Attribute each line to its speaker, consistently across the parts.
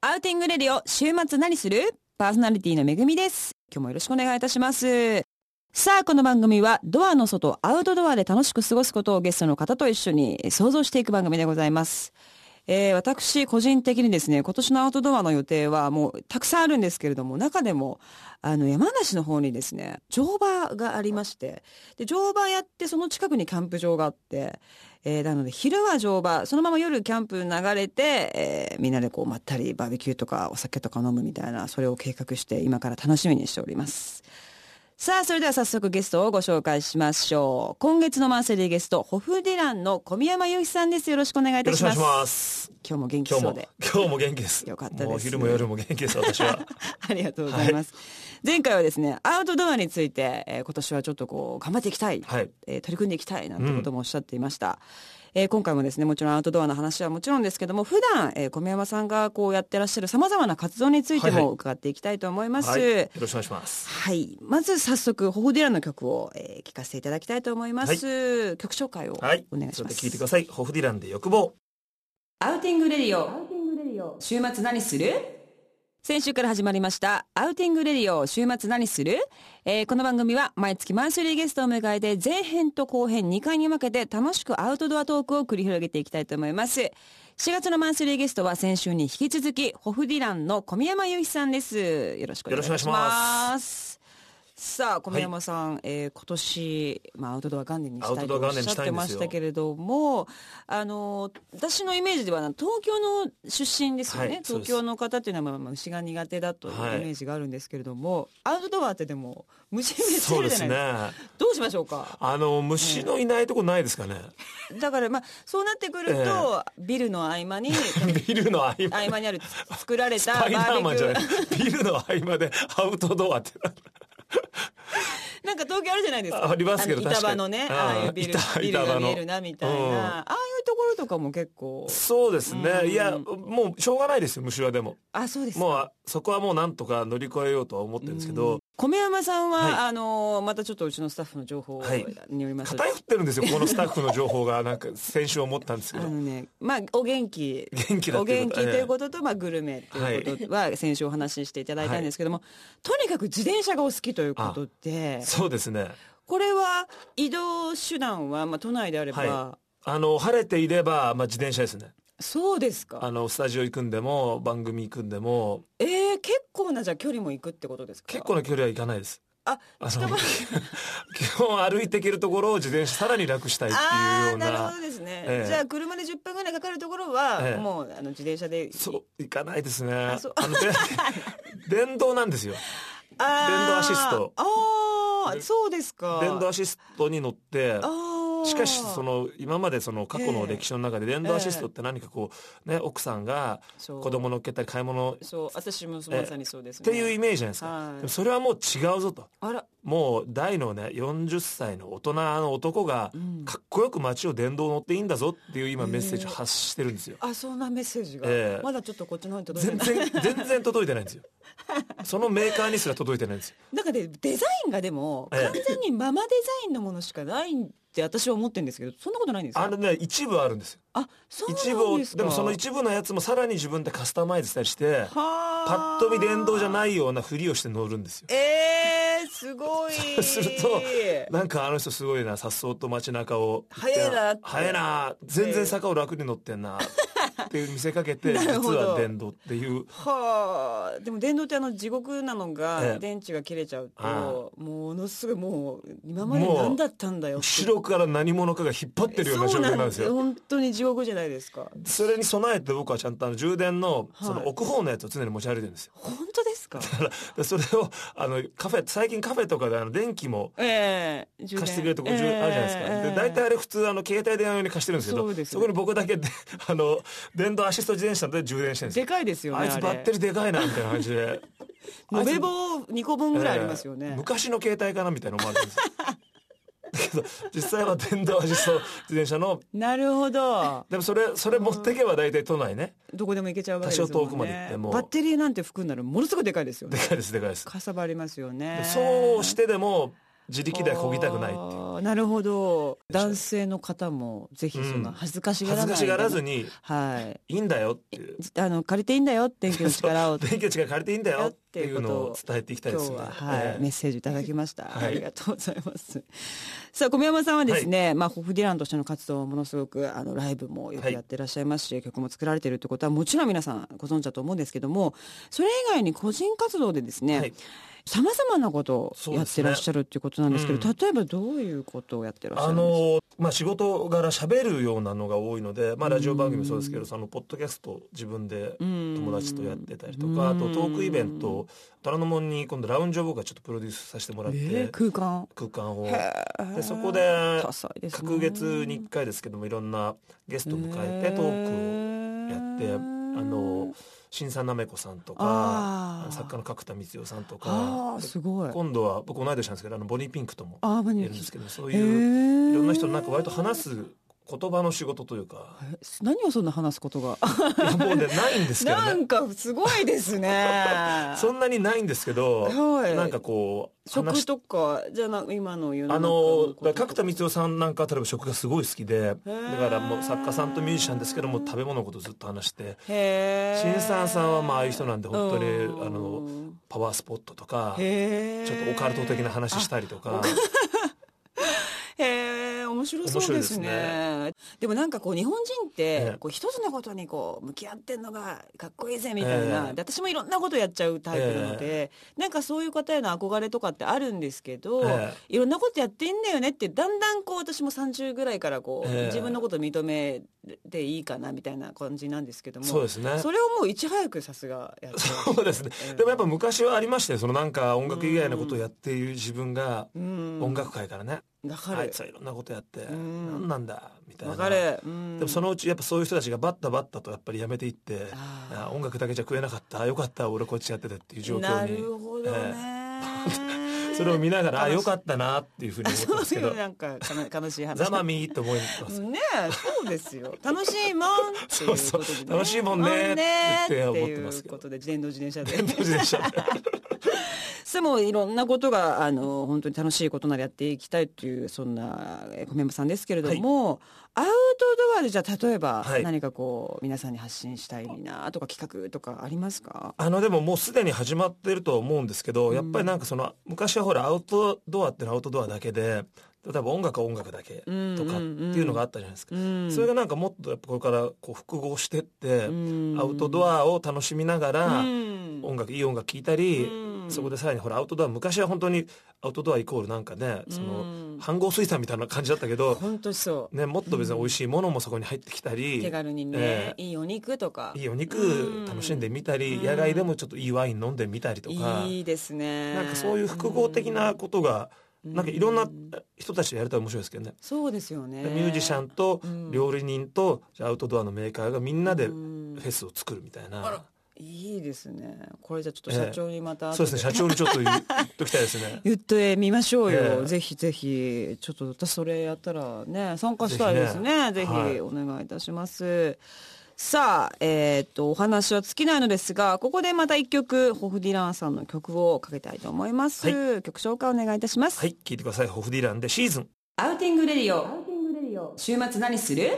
Speaker 1: ウティングレディオ、週末何するパーソナリティのめぐみです。今日もよろしくお願いいたします。さあ、この番組はドアの外、アウトドアで楽しく過ごすことをゲストの方と一緒にえー想像していく番組でございます。えー私、個人的にですね、今年のアウトドアの予定はもうたくさんあるんですけれども、中でも、あの、山梨の方にですね、乗馬がありまして、で、乗馬やってその近くにキャンプ場があって、えーなので昼は乗馬、そのまま夜キャンプ流れて、えーみんなでこうまったりバーベキューとかお酒とか飲むみたいな、それを計画して今から楽しみにしております。さあ、それでは早速ゲストをご紹介しましょう。今月のマンセリーゲスト、ホフディランの小宮山雄飛さんです。よろしくお願いい
Speaker 2: よ
Speaker 1: た
Speaker 2: ろし
Speaker 1: し
Speaker 2: くお願
Speaker 1: ま
Speaker 2: い
Speaker 1: す。
Speaker 2: します。
Speaker 1: 今日も元気
Speaker 2: 今日
Speaker 1: そう
Speaker 2: も
Speaker 1: で。、
Speaker 2: 今日も元気です。
Speaker 1: よかったです
Speaker 2: もう昼も夜も元気です、私は。
Speaker 1: ありがとうございます。前回はですね、アウトドアについて、えー今年はちょっとこう、頑張っていきたい、
Speaker 2: はい
Speaker 1: えー取り組んでいきたいなんてこともおっしゃっていました。えー今回もですね、もちろんアウトドアの話はもちろんですけども、普段、えー、小宮山さんがこうやってらっしゃる様々な活動について
Speaker 2: はい
Speaker 1: も
Speaker 2: はい
Speaker 1: 伺っていきたいと思います。は、
Speaker 2: はいい。よろしくお願いします。
Speaker 1: まず早速、ホホディランの曲を、えー聴かせていただきたいと思います。曲紹介をお
Speaker 2: はい。
Speaker 1: 願いし
Speaker 2: そ
Speaker 1: ま
Speaker 2: れ
Speaker 1: す。
Speaker 2: で聞いてください。ホフディランで欲望。
Speaker 1: アウティングレディオ。週末何する先週から始まりました、アウティングレディオ、週末何する、えーこの番組は毎月マンスリーゲストを迎えて、前編と後編2回に分けて楽しくアウトドアトークを繰り広げていきたいと思います。4月のマンスリーゲストは先週に引き続き、ホフディランの小宮山由一さんです。よろしくお願いします。
Speaker 2: よろしくお願いし
Speaker 1: さあ、小宮山さん、えー今年、まあ、アウトドア元年にしたいとおっしゃってましたけれども、あの私のイメージではな東京の出身ですよね、
Speaker 2: はいそ
Speaker 1: 東
Speaker 2: うです
Speaker 1: 京の方っていうのはまあまあ虫が苦手だというイメ
Speaker 2: はい
Speaker 1: ージがあるんですけれども、アウトドアってでも虫めっちゃい
Speaker 2: そう
Speaker 1: る
Speaker 2: で
Speaker 1: じゃな
Speaker 2: す
Speaker 1: いです
Speaker 2: ね。
Speaker 1: か
Speaker 2: あ
Speaker 1: どうしましょうか
Speaker 2: の、虫のいないとこないですかね。
Speaker 1: だからまあそうなってくると、ビルの合間 に
Speaker 2: ビルの合
Speaker 1: 合
Speaker 2: 間。
Speaker 1: 間にある作られた
Speaker 2: スパイダ
Speaker 1: バ
Speaker 2: ー
Speaker 1: ー
Speaker 2: マン
Speaker 1: ベ
Speaker 2: じ
Speaker 1: キ
Speaker 2: ゃ
Speaker 1: ュー
Speaker 2: ない。ビルの合間でアウトドアって。
Speaker 1: なんか東京あるじゃないですか
Speaker 2: ありますけど
Speaker 1: の板
Speaker 2: 確か
Speaker 1: 場
Speaker 2: に
Speaker 1: のね
Speaker 2: うん
Speaker 1: ああいうビル
Speaker 2: 板
Speaker 1: ビル
Speaker 2: 板
Speaker 1: が
Speaker 2: 場の
Speaker 1: 見えるなみたいな、
Speaker 2: うん
Speaker 1: ああいうところとかも結構
Speaker 2: そうです
Speaker 1: う
Speaker 2: ね。
Speaker 1: ん
Speaker 2: いや、もうしょうがないですよ、虫はでも。
Speaker 1: あそうですか
Speaker 2: もうあ、そこはもうなんとか乗り越えようとは思ってるんですけど、
Speaker 1: 米山さんは、
Speaker 2: はい
Speaker 1: あのまたちょっとうちのスタッフの情報
Speaker 2: はい
Speaker 1: によりますと、
Speaker 2: 偏ってるんですよ、このスタッフの情報が、なんか先週思ったんですけ
Speaker 1: あ
Speaker 2: ど
Speaker 1: の。ねまあお元気
Speaker 2: 元気だ
Speaker 1: お
Speaker 2: っていう
Speaker 1: 元
Speaker 2: こ
Speaker 1: 気
Speaker 2: と
Speaker 1: という
Speaker 2: と
Speaker 1: ことと、まあ、グルメということは先週お話ししていただいたんですけども、とにかく自転車がお好きということで
Speaker 2: そうですね。
Speaker 1: これは移動手段は、まあ、都内であれば、
Speaker 2: はあの、晴れていれば、まあ、自転車ですね。
Speaker 1: そうですか
Speaker 2: あの、スタジオ行くんでも、番組行くんでも、
Speaker 1: えー、結構なじゃあ距離も行くってことですか
Speaker 2: 結構な距離は行かないです。
Speaker 1: あ
Speaker 2: あ
Speaker 1: 近
Speaker 2: の
Speaker 1: 場
Speaker 2: 基本歩いていけるところを自転車さらに楽したいって
Speaker 1: あ
Speaker 2: いうよ
Speaker 1: あ
Speaker 2: う
Speaker 1: なるほ
Speaker 2: な
Speaker 1: ど。ですね、
Speaker 2: ええ
Speaker 1: じゃあ車で10分ぐらいかかるところは、
Speaker 2: ええ
Speaker 1: もうあの自転車で
Speaker 2: そう、行かないですね。あ
Speaker 1: そう
Speaker 2: の、で電動なんですよ。電動アシスト
Speaker 1: あーあーそうですか
Speaker 2: 電動アシストに乗って、
Speaker 1: ああ
Speaker 2: しかしその今までその過去の歴史の中で電動アシストって何かこうね奥さんが
Speaker 1: そう
Speaker 2: 子供乗っけたり買い物っ
Speaker 1: そう私もそう
Speaker 2: ええ
Speaker 1: まさにそうですね、
Speaker 2: ていうイメージじゃないです
Speaker 1: はい
Speaker 2: かでもそれはもう違うぞと
Speaker 1: あら
Speaker 2: もう大のね40歳の大人の男が
Speaker 1: うん
Speaker 2: かっこよく街を電動乗っていいんだぞっていう今メッセージを
Speaker 1: へえ
Speaker 2: 発してるんですよ
Speaker 1: あそんなメッセージが、
Speaker 2: ええ
Speaker 1: まだちょっとこっちの方に届いて
Speaker 2: 全
Speaker 1: ない
Speaker 2: 然全然届いてない んですよそのメーカーにすら届いてないんですよ
Speaker 1: なんかでデザインがでも
Speaker 2: ええ
Speaker 1: 完全にママデザインのものしかないって私は思ってるんですけどそんなことないんですか
Speaker 2: あのね一部あるんですよ
Speaker 1: あそう
Speaker 2: 一
Speaker 1: な
Speaker 2: 部
Speaker 1: ん
Speaker 2: を
Speaker 1: ですか
Speaker 2: でもその一部のやつもさらに自分でカスタマイズしたりしてパ
Speaker 1: パ
Speaker 2: ッと見電動じゃないいようなふりをして乗るんですよ
Speaker 1: えー、すごい
Speaker 2: そうするとなんかあの人すごいな颯爽と街中を
Speaker 1: 早いなって
Speaker 2: 早いな全然坂を楽に乗ってんなっていう見せかけて
Speaker 1: なるほ
Speaker 2: 実
Speaker 1: ど
Speaker 2: は電動っていう
Speaker 1: はあでも電動ってあの地獄なの
Speaker 2: え
Speaker 1: が
Speaker 2: え
Speaker 1: 電池が切れちゃうと
Speaker 2: あ
Speaker 1: ものすごいもう今まで何だったんだよって
Speaker 2: 後ろから何者かが引っ張ってるような状況なんです
Speaker 1: そう
Speaker 2: よ
Speaker 1: 本当に地獄じゃないですか
Speaker 2: それに備えて僕はちゃんとあの充電の
Speaker 1: はい
Speaker 2: その置く方のやつを常に持ち歩いてるんですよ
Speaker 1: 本当です か
Speaker 2: でそれをあのカフェ最近カフェとかであの電気も
Speaker 1: ええ充電
Speaker 2: 貸してくれるとこ充電あるじゃないですか、
Speaker 1: ええ
Speaker 2: で大体あれ普通あの携帯電話用に貸してるんですけど
Speaker 1: そう
Speaker 2: そ
Speaker 1: です
Speaker 2: こに僕だけであの電動アシスト自転車で充電してるんですよ
Speaker 1: でかいですよね
Speaker 2: あいつバッテ
Speaker 1: リ
Speaker 2: リーでかいなみたいな感じで
Speaker 1: 延べ棒2個分ぐらいありますよ
Speaker 2: えー
Speaker 1: ね、
Speaker 2: 昔の携帯かなみたいな思われてるんですよだけど実際は電動アシスト自転車の
Speaker 1: なるほど
Speaker 2: でもそれそれ持ってけば大体都内ね
Speaker 1: どこでも行けちゃうわけですもんね
Speaker 2: 多少遠くまで行っても
Speaker 1: バッテリーなんて含んだらものすごいでかいですよ
Speaker 2: で
Speaker 1: ね
Speaker 2: かいですでかいです
Speaker 1: かさばりますよね
Speaker 2: そうしてでも自力では漕ぎたくないっていう
Speaker 1: あーなるほど男性の方もぜひそんな
Speaker 2: うん
Speaker 1: 恥ずかしが
Speaker 2: 恥
Speaker 1: らない
Speaker 2: ずかしがらず
Speaker 1: に
Speaker 2: に
Speaker 1: はい
Speaker 2: いいんだよっていう
Speaker 1: あの借りていいんだよ電気の力 を
Speaker 2: 勉強力借りていいんだよっていうのを伝えていきたい
Speaker 1: 今
Speaker 2: です
Speaker 1: 日
Speaker 2: よね
Speaker 1: は、はい
Speaker 2: ええ
Speaker 1: メッセージいただきました、
Speaker 2: はい
Speaker 1: ありがとうございますさあ小宮山さんはですね、まあホフディランとしての活動をものすごくあのライブもよくやってらっしゃいますし、曲も作られてるってことはもちろん皆さんご存知だと思うんですけどもそれ以外に個人活動でです
Speaker 2: は
Speaker 1: ね
Speaker 2: い
Speaker 1: さまざまなことをやってらっしゃるっていうことなんですけど
Speaker 2: そう
Speaker 1: 例えばどういうことをやってらっしゃ
Speaker 2: あ
Speaker 1: るんですか、
Speaker 2: のまあ、仕事柄喋るようなのが多いので、まあ、ラジオ番組もそうですけどそのポッドキャスト自分で
Speaker 1: うん
Speaker 2: 友達とやってたりとかあとトークイベント虎ノ門に今度ラウンジを僕はちょっとプロデュースさせてもらって、
Speaker 1: えー空間
Speaker 2: 空間を
Speaker 1: で
Speaker 2: でそこで
Speaker 1: 多彩ですね
Speaker 2: 隔月に1回ですけどもいろんなゲストを迎えてトークをやって
Speaker 1: へ
Speaker 2: あ
Speaker 1: ー
Speaker 2: の新さんなめこさんとか
Speaker 1: あー
Speaker 2: 作家の角田光代さんと
Speaker 1: あ
Speaker 2: か
Speaker 1: ーすごい
Speaker 2: 今度は僕同い年なんですけどあのボニーピンクとも
Speaker 1: あーマ
Speaker 2: い
Speaker 1: ニ
Speaker 2: る
Speaker 1: ア
Speaker 2: んですけどそう
Speaker 1: い
Speaker 2: いういろんな人の
Speaker 1: な
Speaker 2: なんか割と話
Speaker 1: す
Speaker 2: す言葉の仕事とい うか
Speaker 1: 何をそんな話すことが
Speaker 2: いやもうねないんですけど
Speaker 1: な
Speaker 2: ね
Speaker 1: んかすごいですね
Speaker 2: そんなにないんですけど
Speaker 1: はい
Speaker 2: なんかこう
Speaker 1: 食
Speaker 2: 話
Speaker 1: とかじゃな今の世の
Speaker 2: あ
Speaker 1: 中
Speaker 2: の
Speaker 1: のこと
Speaker 2: だから角田光代さんなんかは例えば食がすごい好きでだ
Speaker 1: ー
Speaker 2: からもう作家さんとミュージシャンですけども食べ物のことずっと話して
Speaker 1: へー
Speaker 2: 新さんさんはまあああいう人なんで本当に
Speaker 1: うん
Speaker 2: あのパワースポットとか
Speaker 1: へー
Speaker 2: ちょっとオカルト的な話したりとか、
Speaker 1: へえ面白そうですね
Speaker 2: 面
Speaker 1: でもなんかこう日本人って
Speaker 2: ええ
Speaker 1: こう一つのことにこう向き合ってんのがかっこいいぜみたいな、
Speaker 2: ええ
Speaker 1: で私もいろんなことやっちゃうタイプなので、なんかそういう方への憧れとかってあるんですけど、
Speaker 2: え
Speaker 1: いろんなことやってんだよねってだんだんこう私も30ぐらいからこう、
Speaker 2: ええ
Speaker 1: 自分のこと認めていいかなみたいな感じなんですけども
Speaker 2: そうですね。
Speaker 1: それをもういち早くさすがやってます
Speaker 2: そうですね。でもやっぱ昔はありましたよ。そのなんか音楽以外のことをやっている自分が、
Speaker 1: うん
Speaker 2: 音楽界からね、
Speaker 1: わか
Speaker 2: あい
Speaker 1: る
Speaker 2: つはいろんなことやって、
Speaker 1: ん
Speaker 2: 何なんだ、みたいな。
Speaker 1: わかる、うん
Speaker 2: でもそのうちやっぱそういう人たちがバッタバッタとやっぱりやめていって、
Speaker 1: あー
Speaker 2: あ音楽だけじゃ食えなかった、よかった、俺こっちやっててっていう状況
Speaker 1: な
Speaker 2: に
Speaker 1: る。ほどね、
Speaker 2: それを見ながら、あ、
Speaker 1: 悲しい
Speaker 2: よかったなっていうふうに思って
Speaker 1: そ
Speaker 2: ま
Speaker 1: う
Speaker 2: すけ
Speaker 1: いう
Speaker 2: ど、
Speaker 1: なんかかな悲しい話
Speaker 2: ざまみーって思います。
Speaker 1: ねえそうですよ楽しいもんっていうことで、ね、
Speaker 2: そうそう楽しいもんねって言って思ってます
Speaker 1: ってい
Speaker 2: け
Speaker 1: う
Speaker 2: ど
Speaker 1: ことで電動自転車で
Speaker 2: 電動 自転車で
Speaker 1: でもいろんなことがあの本当に楽しいことならやっていきたいっていうそんなえ小宮山さんですけれども、アウトドアでじゃあ例えば
Speaker 2: はい
Speaker 1: 何かこう、皆さんに発信したいなとか企画とかありますか
Speaker 2: あのでももうすでに始まってるとは思うんですけど、やっぱりなんかその昔はほらアウトドアってのはアウトドアだけで例えば音楽は音楽だけとかっていうのがあったじゃないですか、
Speaker 1: うん
Speaker 2: それがなんかもっとやっぱこれからこう複合してって、
Speaker 1: うん
Speaker 2: アウトドアを楽しみながら、
Speaker 1: うん
Speaker 2: 音楽いい音楽聴いたり、
Speaker 1: うん
Speaker 2: そこでさらにほらアウトドア昔は本当にアウトドアイコールなんかねその、
Speaker 1: うん
Speaker 2: 飯合水産みたいな感じだったけど、
Speaker 1: 本当そう
Speaker 2: ね、もっと別に美味しいものもそこに入ってきたり。
Speaker 1: 手軽にね、
Speaker 2: ええ
Speaker 1: いいお肉とか
Speaker 2: いいお肉楽しんでみたり、野外でもちょっといいワイン飲んでみたりとか、
Speaker 1: いいですね
Speaker 2: なんかそういう複合的なことが、なんかいろんな人たちとやれたら面白いですけどね。
Speaker 1: そうですよね
Speaker 2: ミュージシャンと
Speaker 1: うん
Speaker 2: 料理人とじゃあアウトドアのメーカーがみんなで
Speaker 1: う
Speaker 2: フ
Speaker 1: ん
Speaker 2: ェスを作るみたいな。
Speaker 1: いいですねこれじゃあちょっと社長にまた、。
Speaker 2: そうですね、社長にちょっと言っときたいですね
Speaker 1: 言ってみましょうよ、
Speaker 2: ええ
Speaker 1: ぜひぜひちょっと私それやったらね参加したいですねぜひ
Speaker 2: ぜひねはい
Speaker 1: お願いいたします、さあえっ、とお話は尽きないのですがここでまた一曲ホフディランさんの曲をかけたいと思います、曲紹介お願いいたします、
Speaker 2: はい、聞いてください。ホフディランでシーズン。
Speaker 1: アウティングレディオ。週末何する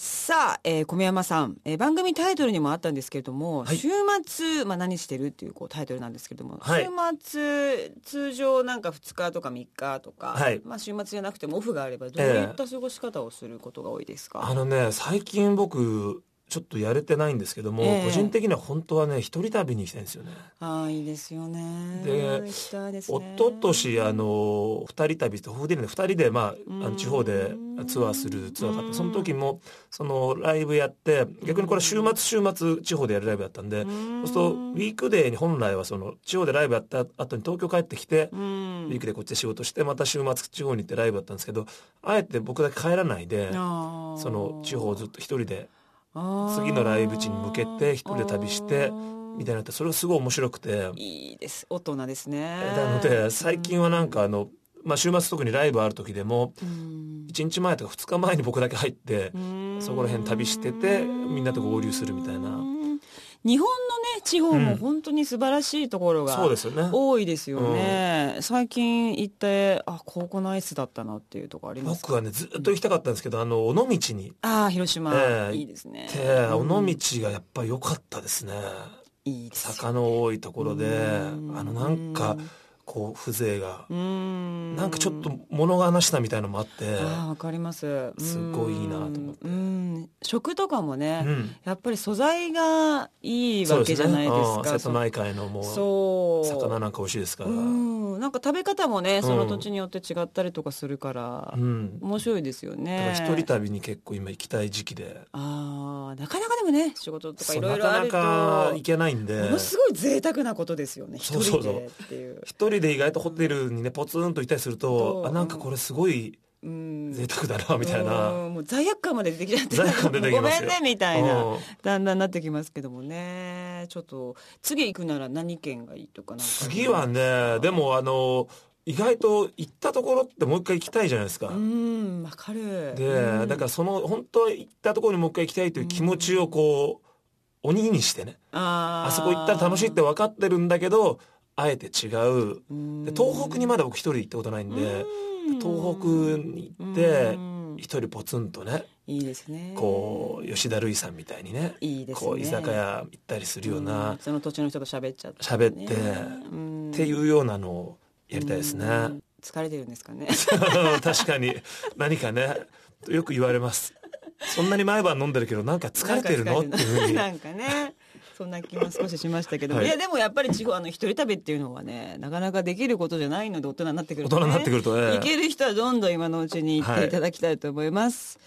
Speaker 1: さあ、えー、小宮山さん、えー番組タイトルにもあったんですけれども、
Speaker 2: はい
Speaker 1: 週末、まあ、何してるっていうこうタイトルなんですけれども、
Speaker 2: はい
Speaker 1: 週末通常なんか2日とか3日とか、
Speaker 2: はい
Speaker 1: まあ、週末じゃなくてもオフがあればどういった過ごし方をすることが多いです
Speaker 2: あ
Speaker 1: か、
Speaker 2: のね、最近僕、ちょっとやれてないんですけども、
Speaker 1: ええ
Speaker 2: 個人的には本当はね、一人旅に行きたいんですよね。
Speaker 1: ああいいですよね
Speaker 2: で
Speaker 1: 行きたいです
Speaker 2: お
Speaker 1: ね
Speaker 2: ととしあの二人旅とホフディランで二人で、まあ、あの地方でツアーするツアーがあってその時もそのライブやって逆にこれ週末週末地方でやるライブだったんでそうするとウィークデーに本来はその地方でライブやった後に東京帰ってきて
Speaker 1: う
Speaker 2: ウ
Speaker 1: ん
Speaker 2: ィークでこっちで仕事してまた週末地方に行ってライブだったんですけどあえて僕だけ帰らないで
Speaker 1: あー
Speaker 2: その地方をずっと一人で
Speaker 1: あー
Speaker 2: 次のライブ地に向けて一人で旅してみたいなのってそれがすごい面白くて。
Speaker 1: いいです大人ですね
Speaker 2: なので最近はなんかあの、まあ、週末特にライブある時でも
Speaker 1: うん
Speaker 2: 1日前とか2日前に僕だけ入ってそこら辺旅しててみんなと合流するみたいな
Speaker 1: うん日本のね地方
Speaker 2: う
Speaker 1: も
Speaker 2: ん
Speaker 1: 本当に素晴らしいところが
Speaker 2: そうですよね
Speaker 1: 多いですよね、最近行ってあここナイスだったなっていうとこありますか
Speaker 2: 僕はねずっと行きたかったんですけどあの尾道に行っ
Speaker 1: ああ広島、
Speaker 2: ええ
Speaker 1: いいですね
Speaker 2: て
Speaker 1: う
Speaker 2: 尾
Speaker 1: ん
Speaker 2: 道がやっぱり良かったですね
Speaker 1: いいですよ
Speaker 2: 坂の多いところであ
Speaker 1: うん
Speaker 2: のなんかこう風情が
Speaker 1: うん
Speaker 2: なんかちょっと物悲しさみたいのもあって
Speaker 1: ああわかります
Speaker 2: すごいいいなと思って
Speaker 1: うんうん食とかもね、
Speaker 2: うん
Speaker 1: やっぱり素材がいいわけじゃないです
Speaker 2: そうねう
Speaker 1: か
Speaker 2: ん瀬戸内海のもう
Speaker 1: そう
Speaker 2: 魚なんか美味しいですから
Speaker 1: うんなんか食べ方もね
Speaker 2: ん
Speaker 1: その土地によって違ったりとかするから、
Speaker 2: うん
Speaker 1: 面白いですよ
Speaker 2: だから
Speaker 1: ね
Speaker 2: 一人旅に結構今行きたい時期で
Speaker 1: あーなかなかでもね仕事とか
Speaker 2: そ
Speaker 1: いうろ
Speaker 2: ない
Speaker 1: ろあ
Speaker 2: かな
Speaker 1: ると
Speaker 2: か行けないんで
Speaker 1: ものすごい贅沢なことですよね一
Speaker 2: そう
Speaker 1: 人
Speaker 2: そうそう
Speaker 1: でっていう
Speaker 2: 一人で意外とホテルにねポツンと行ったりする
Speaker 1: そ
Speaker 2: と
Speaker 1: う
Speaker 2: あなんかこれすごい
Speaker 1: うん
Speaker 2: 贅沢だなみたいな
Speaker 1: うんもう罪悪感まで出てきちゃって
Speaker 2: 罪悪感出てきますよ
Speaker 1: ごめんねみたいな
Speaker 2: うん
Speaker 1: だんだんなってきますけどもねちょっと次行くなら何県がいいとかなんか
Speaker 2: 次はねでもあの意外と行ったところってもう一回行きたいじゃないですか
Speaker 1: うんわかるう
Speaker 2: で
Speaker 1: ん
Speaker 2: だからその本当は行ったところにもう一回行きたいという気持ちをこう鬼にしてね
Speaker 1: あー
Speaker 2: あそこ行ったら楽しいって分かってるんだけどあえて違う
Speaker 1: うん
Speaker 2: で東北にまだ僕一人行ったことないんで
Speaker 1: うん
Speaker 2: 東北に行って
Speaker 1: うん
Speaker 2: 一人ポツンとね
Speaker 1: いいですね
Speaker 2: こう吉田類さんみたいにね
Speaker 1: いいですね
Speaker 2: こう居酒屋行ったりするような、
Speaker 1: う
Speaker 2: っ
Speaker 1: んその土地の人と喋っちゃって、
Speaker 2: 喋って
Speaker 1: うん
Speaker 2: ていうようなのをやりたいですね。
Speaker 1: うん疲れてるんですかね
Speaker 2: 確かに何かねよく言われます。そんなに毎晩飲んでるけどなんか疲れてるのっていうふう に
Speaker 1: なんかねそんな気も少ししましたけど、、
Speaker 2: はいい
Speaker 1: やでもやっぱり地方あの一人旅っていうのはねなかなかできることじゃないので大人になってく
Speaker 2: 大
Speaker 1: ると、ね、
Speaker 2: 人になってくると
Speaker 1: 行け
Speaker 2: ね。
Speaker 1: る人はどんどん今のうちに行っていただきたいと思います、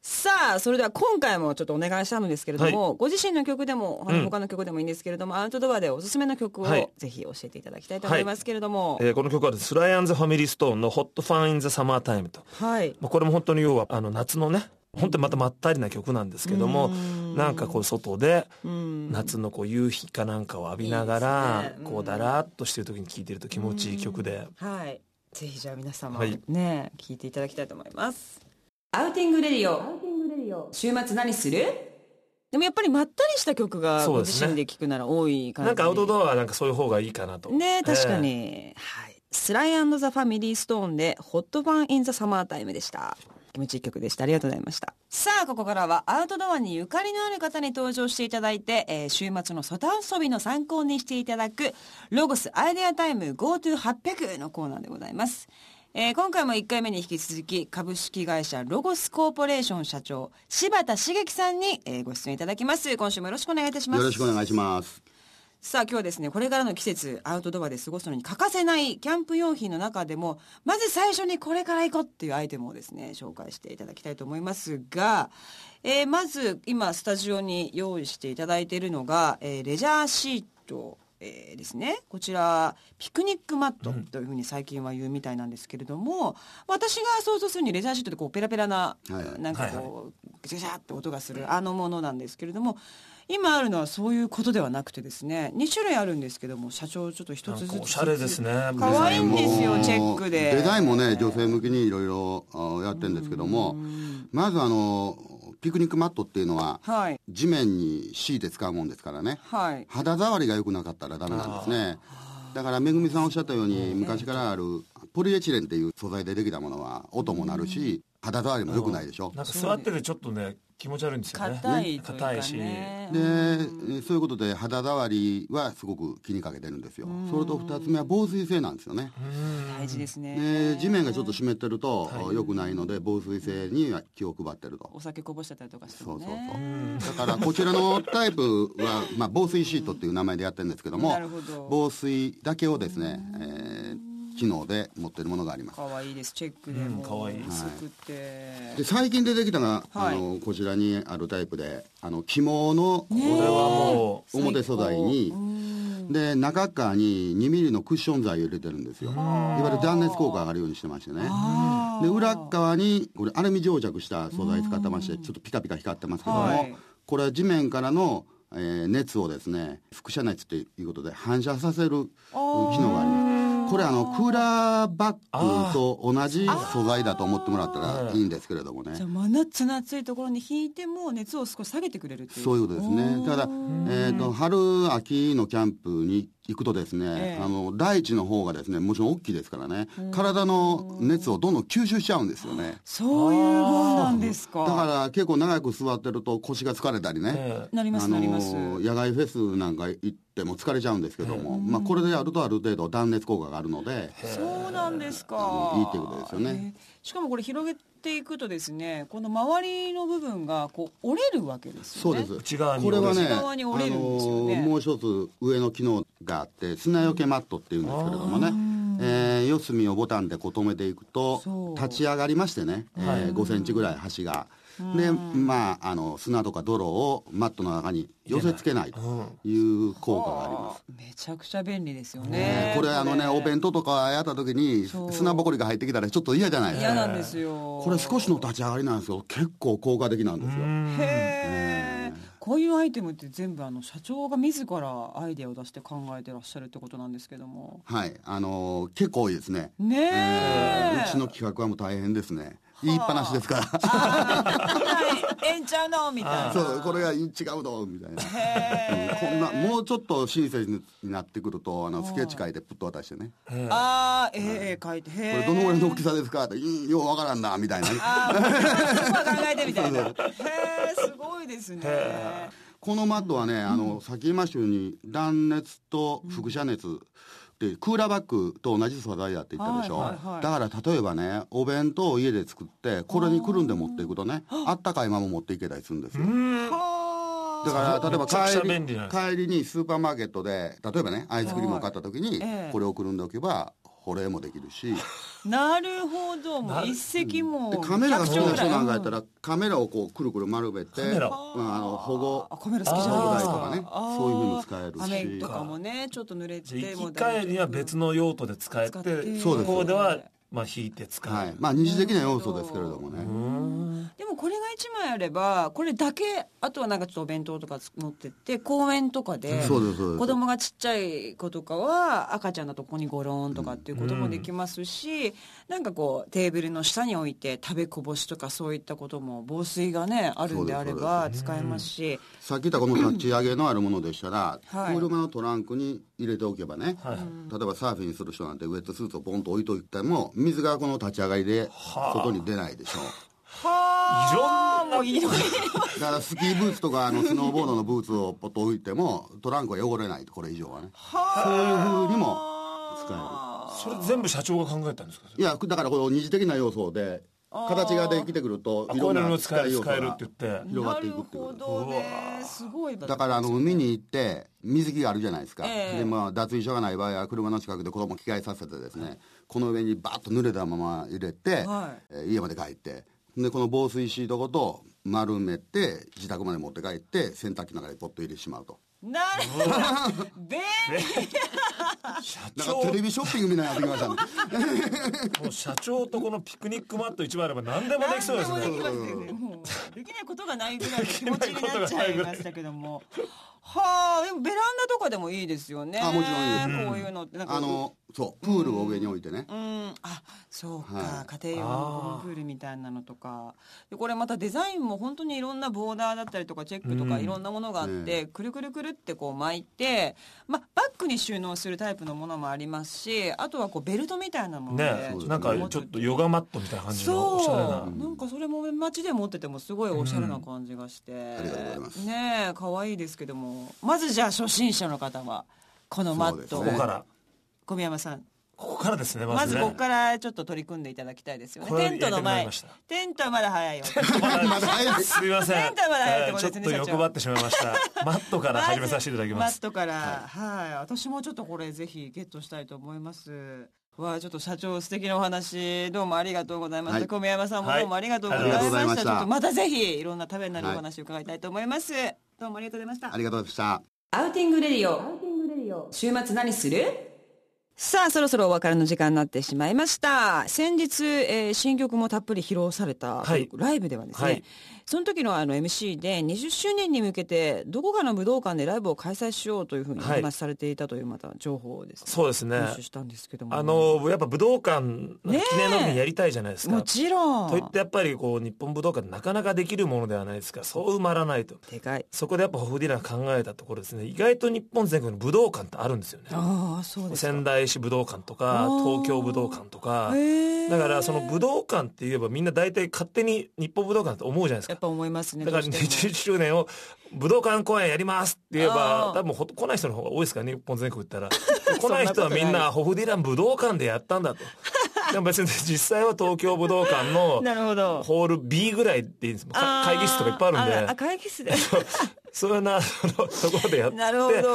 Speaker 1: さあそれでは今回もちょっとお願いしたんですけれども、ご自身の曲でもあの
Speaker 2: うん
Speaker 1: 他の曲でもいいんですけれども、アウトドアでおすすめの曲を
Speaker 2: はい
Speaker 1: ぜひ教えていただきたいと思いますけれども
Speaker 2: えーこの曲はですねスライアンズ・ファミリー・ストーンの「ホット・ファン・イン・ザ・サマー・タイム」と、
Speaker 1: はい、
Speaker 2: まあ、これも本当に要はあの夏のね本当にまたまったりな曲なんですけども
Speaker 1: うん
Speaker 2: なんかこう外で
Speaker 1: うん
Speaker 2: 夏のこう夕日かなんかを浴びながら
Speaker 1: いいですねうん
Speaker 2: こうだらっとしてる時に聴いてると気持ちいい曲で
Speaker 1: はいぜひじゃあ皆様、
Speaker 2: はい
Speaker 1: ね聞いていただきたいと思いますアウティングレディオ週末何するでもやっぱりまったりした曲が
Speaker 2: そう
Speaker 1: ご
Speaker 2: です
Speaker 1: 自
Speaker 2: ね
Speaker 1: 身で聞くなら多い感じ
Speaker 2: なんかアウトドアはなんかそういう方がいいかなと
Speaker 1: ね確か、に、はい、スライザ・ファミリーストーンで「ホットファン・イン・ザ・サマータイム」でした気持ちいい曲でしたありがとうございましたさあここからはアウトドアにゆかりのある方に登場していただいて、えー週末の外遊びの参考にしていただく「ロゴスアイデアタイム GoTo800」のコーナーでございますえー今回も1回目に引き続き株式会社ロゴスコーポレーション社長柴田茂樹さんに、えーご出演いただきます今週もよろしくお願いいたします
Speaker 3: よろしくお願いします。
Speaker 1: さあ今日はですねこれからの季節アウトドアで過ごすのに欠かせないキャンプ用品の中でもまず最初にこれから行こうっていうアイテムをですね紹介していただきたいと思いますが、えーまず今スタジオに用意していただいているのが、えーレジャーシート、えーですねこちらピクニックマットというふうに最近は言うみたいなんですけれども、私が想像するにレジャーシートってこうペラペラな、
Speaker 3: はい
Speaker 1: なんかこうぐちゃぐちゃって音がするあのものなんですけれども今あるのはそういうことではなくてですね2種類あるんですけども社長ちょっと一
Speaker 2: な
Speaker 1: つ
Speaker 2: ん
Speaker 1: ず
Speaker 2: か
Speaker 1: つ
Speaker 2: おしゃれですね
Speaker 1: 可愛いんですよ
Speaker 3: もう
Speaker 1: チェックで
Speaker 3: デザインもね、女性向けにいろいろあやってるんですけども、まずあの、ピクニックマットっていうのは、
Speaker 1: はい
Speaker 3: 地面に敷いて使うもんですからね、
Speaker 1: はい
Speaker 3: 肌触りが良くなかったらダメなんですね。だから、めぐみさんおっしゃったように、昔からあるポリエチレンっていう素材でできたものは、音も鳴るし、肌触りも良くないでしょ。
Speaker 2: なんか座ってるとちょっとね気持ち悪いんですよね
Speaker 1: 硬い
Speaker 2: ね
Speaker 1: という
Speaker 2: 硬
Speaker 1: か
Speaker 2: いし、
Speaker 1: ね
Speaker 3: で、えーそういうことで肌触りはすごく気にかけてるんですよ。それと二つ目は防水性なんですよね。
Speaker 1: 大事ですね
Speaker 3: ね、地面がちょっと湿ってると、良くないので防水性には気を配ってると
Speaker 1: お酒こぼしちゃったりとかして
Speaker 3: そ
Speaker 1: も
Speaker 3: う
Speaker 1: ね
Speaker 3: そうそうだからこちらのタイプは、 まあ、防水シートっていう名前でやってるんですけども
Speaker 1: なるほど
Speaker 3: 防水だけをですね、えー機能で持ってるものがあります
Speaker 1: 可愛いですチェックで
Speaker 2: うん
Speaker 1: も
Speaker 2: 可愛い
Speaker 1: 薄くて、
Speaker 3: で最近出てきたのが、
Speaker 1: はい
Speaker 3: あのこちらにあるタイプであの肝の
Speaker 2: これはもう
Speaker 3: 表素材にで中側に2ミリのクッション材を入れてるんですよいわゆる断熱効果があるようにしてましてねで裏側にこれアルミ蒸着した素材使ってましてちょっとピカピカ光ってますけども、
Speaker 1: はい
Speaker 3: これは地面からの、えー熱をですね輻射熱ということで反射させる機能がありますこれあのクーラーバッグと同じ素材だと思ってもらったらいいんですけれどもね
Speaker 1: じゃあ真夏の暑いところに引いても熱を少し下げてくれるっていう
Speaker 3: そういうことですねただ、えー、と春秋のキャンプに行くとですね、
Speaker 1: ええ
Speaker 3: あの大地の方がですねもちろん大きいですからね体の熱をどんどん吸収しちゃうんですよね
Speaker 1: そういうもんなんですか
Speaker 3: だから結構長く座ってると腰が疲れたりね、
Speaker 2: え
Speaker 1: なります
Speaker 3: あ
Speaker 1: な
Speaker 3: の
Speaker 1: ります、
Speaker 3: 野外フェスなんか行っても疲れちゃうんですけども、まあ、これでやるとある程度断熱効果があるので
Speaker 1: そうなんですか
Speaker 3: あ。のいいってことですよね
Speaker 1: えー。しかもこれ広げていくとですね、この周りの部分がこう折れるわけですよ
Speaker 3: そう
Speaker 1: ね。
Speaker 3: です
Speaker 2: 内側に
Speaker 3: これはね
Speaker 1: 内側に折れるんですよね
Speaker 3: あのもう一つ上の機能があって砂よけマットっていうんですけれどもね、えー四隅をボタンでこう留めていく
Speaker 1: そ
Speaker 3: と
Speaker 1: う
Speaker 3: 立ち上がりましてね、えー5センチぐらい端が。でまあ、あの砂とか泥をマットの中に寄せ付けないという効果があります。
Speaker 1: めちゃくちゃ便利ですよ
Speaker 3: ね
Speaker 1: ね。
Speaker 3: これあのねお弁当とかやった時に
Speaker 1: そう
Speaker 3: 砂ぼこりが入ってきたらちょっと嫌じゃないです
Speaker 1: 嫌
Speaker 3: か
Speaker 1: なんですよ。
Speaker 3: これ少しの立ち上がりなんですよ結構効果的なんですよ
Speaker 1: へえ。こういうアイテムって全部あの社長が自らアイデアを出して考えてらっしゃるってことなんですけども。
Speaker 3: はいあのー結構多いですね
Speaker 1: ねえ。
Speaker 3: えーうちの企画はもう大変ですね言いっぱなしですか
Speaker 1: はいええんちゃうのみたい
Speaker 3: ら
Speaker 1: な。
Speaker 3: そうこれが違うのみたいな
Speaker 1: へえ。
Speaker 3: こんなもうちょっと親切になってくるとあのスケッチ書いてプッと渡してね「こ
Speaker 1: ああ、ええええ書いて。こ
Speaker 3: れどのぐらいの大きさですか?」って「うんようわからんな」みたいなね
Speaker 1: あーそこは考えてみたいな。へえ、すごいですね。
Speaker 3: このマットはね、あの先言いましたように断熱と輻射熱でクーラーバッグと同じ素材だって言ったでしょ、
Speaker 1: はいはいはい
Speaker 3: だから例えばねお弁当を家で作ってこれにくるんで持っていくとねあったかいまま持っていけたりするんですよ
Speaker 1: は
Speaker 3: だから例えば
Speaker 2: めちゃくちゃ
Speaker 3: 帰
Speaker 2: 便利なんです
Speaker 3: り帰りにスーパーマーケットで例えばねアイスクリームを買った時に
Speaker 1: はいええ
Speaker 3: これをくるんでおけば保冷もできるし
Speaker 1: あなるほど、もう一石も
Speaker 3: で
Speaker 1: う。
Speaker 3: カメラが好き
Speaker 2: 100兆
Speaker 3: な人なんかやっ
Speaker 1: ら
Speaker 3: たらカメラをこうくるくる丸めて、
Speaker 2: カメラを
Speaker 3: うんあの保護
Speaker 1: あカメラ好きじゃないですか
Speaker 3: 保護台とか
Speaker 1: あ
Speaker 3: ね
Speaker 1: ー
Speaker 3: そういうふうに使えるし
Speaker 1: 雨とかもね、ちょっと濡れ
Speaker 2: じゃ
Speaker 1: て
Speaker 2: あ
Speaker 1: も
Speaker 2: 行
Speaker 1: う
Speaker 2: き帰りには別の用途で使え
Speaker 1: 使
Speaker 2: て
Speaker 1: って
Speaker 3: そうです
Speaker 2: 向こうではまあ引いて使
Speaker 3: は
Speaker 2: え
Speaker 3: い
Speaker 2: る、
Speaker 3: まあ、二次的な要素ですけれどもね、
Speaker 1: でもこれが一枚あればこれだけあとはなんかちょっとお弁当とか持ってって公園とかで
Speaker 3: そうですそうです
Speaker 1: 子供がちっちゃい子とかは赤ちゃんだとここにゴロンとかっていうこともできますしなんかこうテーブルの下に置いて食べこぼしとかそういったことも防水がねあるんであれば使えますし
Speaker 3: さっき言ったこの立ち上げのあるものでしたら、
Speaker 1: はい
Speaker 3: 車のトランクに入れておけばね、
Speaker 2: はい
Speaker 3: 例えばサーフィンする人なんてウェットスーツをポンと置いといても水がこの立ち上がりで外に出ないでしょう、
Speaker 1: はい
Speaker 2: ろんな
Speaker 1: もういろいろ
Speaker 3: だからスキーブーツとかあのスノーボードのブーツをポッと置いてもトランクは汚れないとこれ以上はねそういうふうにも使
Speaker 2: それ全部社長が考えたんですか
Speaker 3: えるいやだからこの二次的な要素で形ができてくると
Speaker 2: あ
Speaker 3: いろん
Speaker 2: こういう
Speaker 3: な
Speaker 2: の使える
Speaker 3: 要素
Speaker 2: 使える
Speaker 3: が
Speaker 2: って言って
Speaker 3: 広が
Speaker 1: な
Speaker 3: ってい
Speaker 1: る
Speaker 3: くっていうこ
Speaker 1: ほ
Speaker 3: とです
Speaker 1: どねすごい
Speaker 3: だからあの海に行って水着があるじゃないですか、
Speaker 1: ええ
Speaker 3: でまあ脱衣所がない場合は車の近くで子供を着替えさせてですねこの上にバーッと濡れたまま入れて、
Speaker 1: は
Speaker 3: えー家まで帰ってでこの防水シートごと丸めて自宅まで持って帰って洗濯機の中にポッと入れてしまうと
Speaker 1: なるほど便利
Speaker 2: 社
Speaker 3: なん
Speaker 2: 長
Speaker 3: かテレビショッピングみたいになってきましたね
Speaker 2: もう社長とこのピクニックマット一枚あれば何でもできそうです
Speaker 1: 何
Speaker 2: ね
Speaker 1: もできますよねもうできないことがないぐらいの気持ちになっちゃいましたけども。はあ、でもベランダとかでもいいですよね。
Speaker 3: あもちろんいいです
Speaker 1: こういうの ってなんか
Speaker 3: あのそうプールを上に置いてね、
Speaker 1: うん、あそうか、
Speaker 3: は
Speaker 1: 家庭用のゴムプールみたいなのとかでこれまたデザインも本当にいろんなボーダーだったりとかチェックとか
Speaker 2: うん
Speaker 1: いろんなものがあって、
Speaker 3: ね
Speaker 1: くるくるくるってこう巻いて、ま、バッグに収納するタイプのものもありますしあとはこうベルトみたいなもので、
Speaker 2: ねなんかちょっとヨガマットみたいな感じのおしゃれ
Speaker 1: そ
Speaker 2: な
Speaker 1: うなんかそれも街で持っててもすごいおしゃれな感じがして、
Speaker 3: ありがとうございます
Speaker 1: ねえ可愛いですけどもまずじゃあ初心者の方はこのマット
Speaker 3: そ
Speaker 1: を、
Speaker 3: う
Speaker 2: こ
Speaker 3: です
Speaker 2: こ
Speaker 3: ね
Speaker 2: から
Speaker 1: 小宮山さん
Speaker 2: ここからですねま
Speaker 1: ま
Speaker 2: ず
Speaker 1: ず
Speaker 2: ね
Speaker 1: ここからちょっと取り組んでいただきたいですよね
Speaker 2: これ
Speaker 1: テントの
Speaker 2: やりたくなり
Speaker 1: 前
Speaker 2: ました
Speaker 1: テントはまだ早いよ
Speaker 3: まだ早いです
Speaker 2: すみません
Speaker 1: テントはまだ早いってことですね
Speaker 2: えーちょっと欲張ってしまいまし たマットから始めさせていただきます
Speaker 1: ずマットからはい、私もちょっとこれぜひゲットしたいと思いますわあちょっと社長素敵なお話どうもありがとうございました、
Speaker 3: はい
Speaker 1: 小宮山さんもどうもありがとうござい
Speaker 3: はいあ
Speaker 1: ました,、
Speaker 3: りがとうございました
Speaker 1: ちょっとまたぜひいろんなためになるお話を伺いたいと思います、どうもありがとうございました
Speaker 3: ありがとうございました
Speaker 1: アウティングレディオ。週末何するさあ、そろそろお別れの時間になってしまいました。先日、えー新曲もたっぷり披露された、
Speaker 2: はい
Speaker 1: ライブではですね、
Speaker 2: はい
Speaker 1: その時のあの MC で20周年に向けて、どこかの武道館でライブを開催しようというふうにお
Speaker 2: はい
Speaker 1: 話しされていたというまた情報をですね、
Speaker 2: そうですね
Speaker 1: 入手したんですけども。
Speaker 2: あ、のやっぱ武道館
Speaker 1: ねえ
Speaker 2: 記念の日にやりたいじゃないですか、
Speaker 1: もちろん。
Speaker 2: といってやっぱりこう日本武道館なかなかできるものではないですからそう埋まらないと
Speaker 1: でかい。
Speaker 2: そこでやっぱホフディラン考えたところですね意外と日本全国の武道館ってあるんですよね
Speaker 1: ああ、そうですか。
Speaker 2: 仙台市武道館と
Speaker 1: あ
Speaker 2: か
Speaker 1: ー
Speaker 2: 東京武道館とか
Speaker 1: へー
Speaker 2: だからその武道館って言えばみんな大体勝手に日本武道館って思うじゃないです
Speaker 1: やっ
Speaker 2: か
Speaker 1: ぱ思いますね。
Speaker 2: だから
Speaker 1: どうして
Speaker 2: 20
Speaker 1: も
Speaker 2: 周年を武道館公演やりますって言えば
Speaker 1: あー
Speaker 2: 多分ほ来ない人の方が多いですからね日本全 国行ったら来ない人はみんなホフディラン武道館でやったんだとでも別に実際は東京武道館の
Speaker 1: なるほど。
Speaker 2: ホール B ぐらいでいいんですもんか
Speaker 1: あー
Speaker 2: 会議室とかいっぱいあるん
Speaker 1: あ
Speaker 2: で
Speaker 1: 会議室で。
Speaker 2: そういうようなそのところでやって
Speaker 1: なるほど。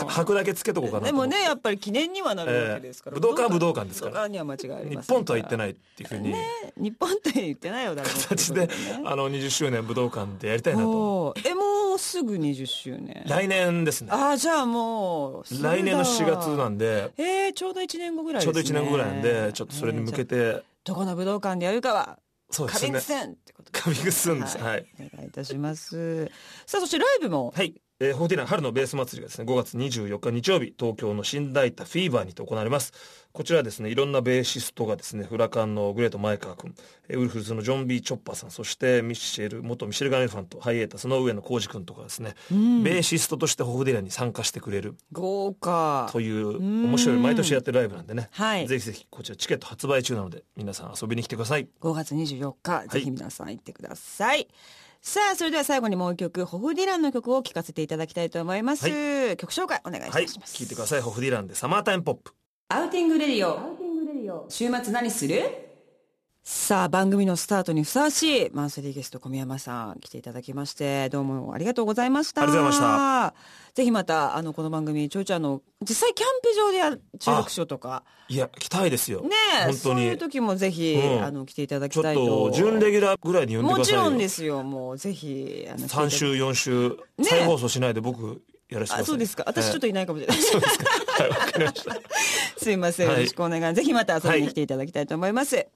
Speaker 1: うん
Speaker 2: 履くだけつけとこうかな
Speaker 1: で
Speaker 2: と思
Speaker 1: も
Speaker 2: って
Speaker 1: ね、やっぱり記念にはなるわけですから。
Speaker 2: ええ武道館は武道館ですから
Speaker 1: 武道館には間違いあり
Speaker 2: 日
Speaker 1: ません
Speaker 2: 本とは言って
Speaker 1: い。
Speaker 2: ないっていうふうに
Speaker 1: ね日本とは言ってないよ、誰も。
Speaker 2: 形であの20周年武道館でやりたいなと
Speaker 1: おーえ、もうすぐ20周年。
Speaker 2: 来年ですね
Speaker 1: ああ、じゃあもうすぐだ、
Speaker 2: 来年の4月なんで
Speaker 1: えー、ちょうど1年後ぐらい
Speaker 2: ちょうど1年後ぐらいなんでちょっとそれに向け。て
Speaker 1: どこの武道館でやるかは、
Speaker 2: そうで
Speaker 1: 壁
Speaker 2: す
Speaker 1: に
Speaker 2: ね
Speaker 1: せんってことで
Speaker 2: カミングスーンです
Speaker 1: はい
Speaker 2: はい
Speaker 1: お願いいたします。さあ、そしてライブも。
Speaker 2: はいえー、ホーティナ春のベース祭りがですね5月24日日曜日東京の新大田フィーバーにて行われますこちらはですねいろんなベーシストがですねフラカンのグレート前川君えーウルフルズのジョン・ビー・チョッパーさんそしてミッシェル元ミシェル・ガンエルファントハイエータスの上野浩二君とかですね、ベーシストとしてホフディランに参加してくれる
Speaker 1: 豪華。
Speaker 2: という面白い毎年やってるライブなんでね、
Speaker 1: はい
Speaker 2: ぜひぜひこちらチケット発売中なので皆さん遊びに来てください
Speaker 1: 5月24日、ぜひ皆さん行ってください。さあ、それでは最後にもう一曲、ホフディランの曲を聴かせていただきたいと思います。曲紹介お願いい
Speaker 2: はい
Speaker 1: たします。
Speaker 2: 聞いてくださいホフディランでサマータイムポップ
Speaker 1: アウティングレディオ。週末何するさあ、番組のスタートにふさわしいマンスリーゲスト小宮山さん来ていただきまして、どうもありがとうございました。
Speaker 2: ありがとうござい
Speaker 1: し
Speaker 2: ま
Speaker 1: た。ぜひまた、あの、この番組、ちょいちょいあの、実際キャンプ場でやる中毒症とか、
Speaker 2: いや来たいですよ
Speaker 1: ねえ、
Speaker 2: 本当
Speaker 1: そう
Speaker 2: に
Speaker 1: いう時もぜひ、
Speaker 2: うん
Speaker 1: あの、来ていただ
Speaker 2: ちょ
Speaker 1: きた
Speaker 2: っ
Speaker 1: いと。
Speaker 2: と準レギュラーぐらいに呼んでく
Speaker 1: も
Speaker 2: だ
Speaker 1: ち
Speaker 2: さいよ
Speaker 1: ろんですよ。もうぜひ、あの
Speaker 2: 3週4週、
Speaker 1: え
Speaker 2: 再放送しないで僕やらせてください
Speaker 1: あ、そうですか。私ちょっといないかもしれない。
Speaker 2: そうですか はいわかりました
Speaker 1: すいません。よ
Speaker 2: はい
Speaker 1: ろしくお願い。ぜひまた遊びに来ていただきたいと思います。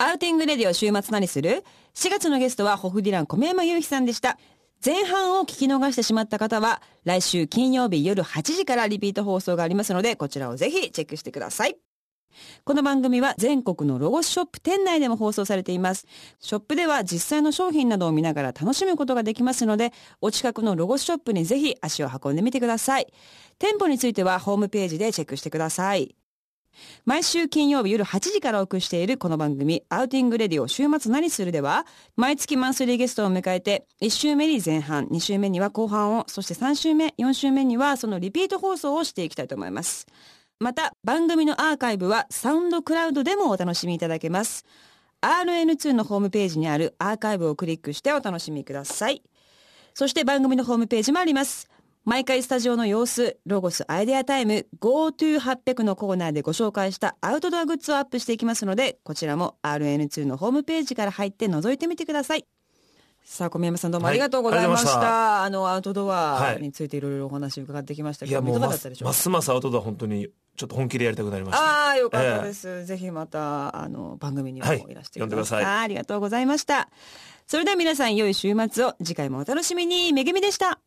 Speaker 1: アウティングレディオ週末何する ?4 月のゲストはホフディラン小宮山雄飛さんでした。前半を聞き逃してしまった方は、来週金曜日夜8時からリピート放送がありますので、こちらをぜひチェックしてください。この番組は全国のロゴスショップ店内でも放送されています。ショップでは実際の商品などを見ながら楽しむことができますので、お近くのロゴスショップにぜひ足を運んでみてください。店舗についてはホームページでチェックしてください。毎週金曜日夜8時からお送りしているこの番組、アウティングレディオ週末何するでは、毎月マンスリーゲストを迎えて、1週目に前半、2週目には後半を、そして3週目、4週目にはそのリピート放送をしていきたいと思います。また、番組のアーカイブはサウンドクラウドでもお楽しみいただけます。RN2 のホームページにあるアーカイブをクリックしてお楽しみください。そして番組のホームページもあります。毎回スタジオの様子、ロゴスアイデアタイム、GoTo800 のコーナーでご紹介したアウトドアグッズをアップしていきますので、こちらも RN2 のホームページから入って覗いてみてください。さあ、小宮山さんどうもありがとうございました。
Speaker 2: はいありがとうござ
Speaker 1: あの、アウトドアについていろいろお話伺ってきました
Speaker 2: い
Speaker 1: けど、
Speaker 2: やも
Speaker 1: いうかが
Speaker 2: ま
Speaker 1: だっ
Speaker 2: す
Speaker 1: たでしょうか
Speaker 2: ますますアウトドア本当にちょっと本気でやりたくなりました
Speaker 1: ああ、よかったです。ぜひまた、あの、番組にも
Speaker 2: はい
Speaker 1: いらしてくださ
Speaker 2: 呼んでくださ
Speaker 1: い。
Speaker 2: い
Speaker 1: ありがとうございました。それでは皆さん、良い週末を。次回もお楽しみに。めぐみでした。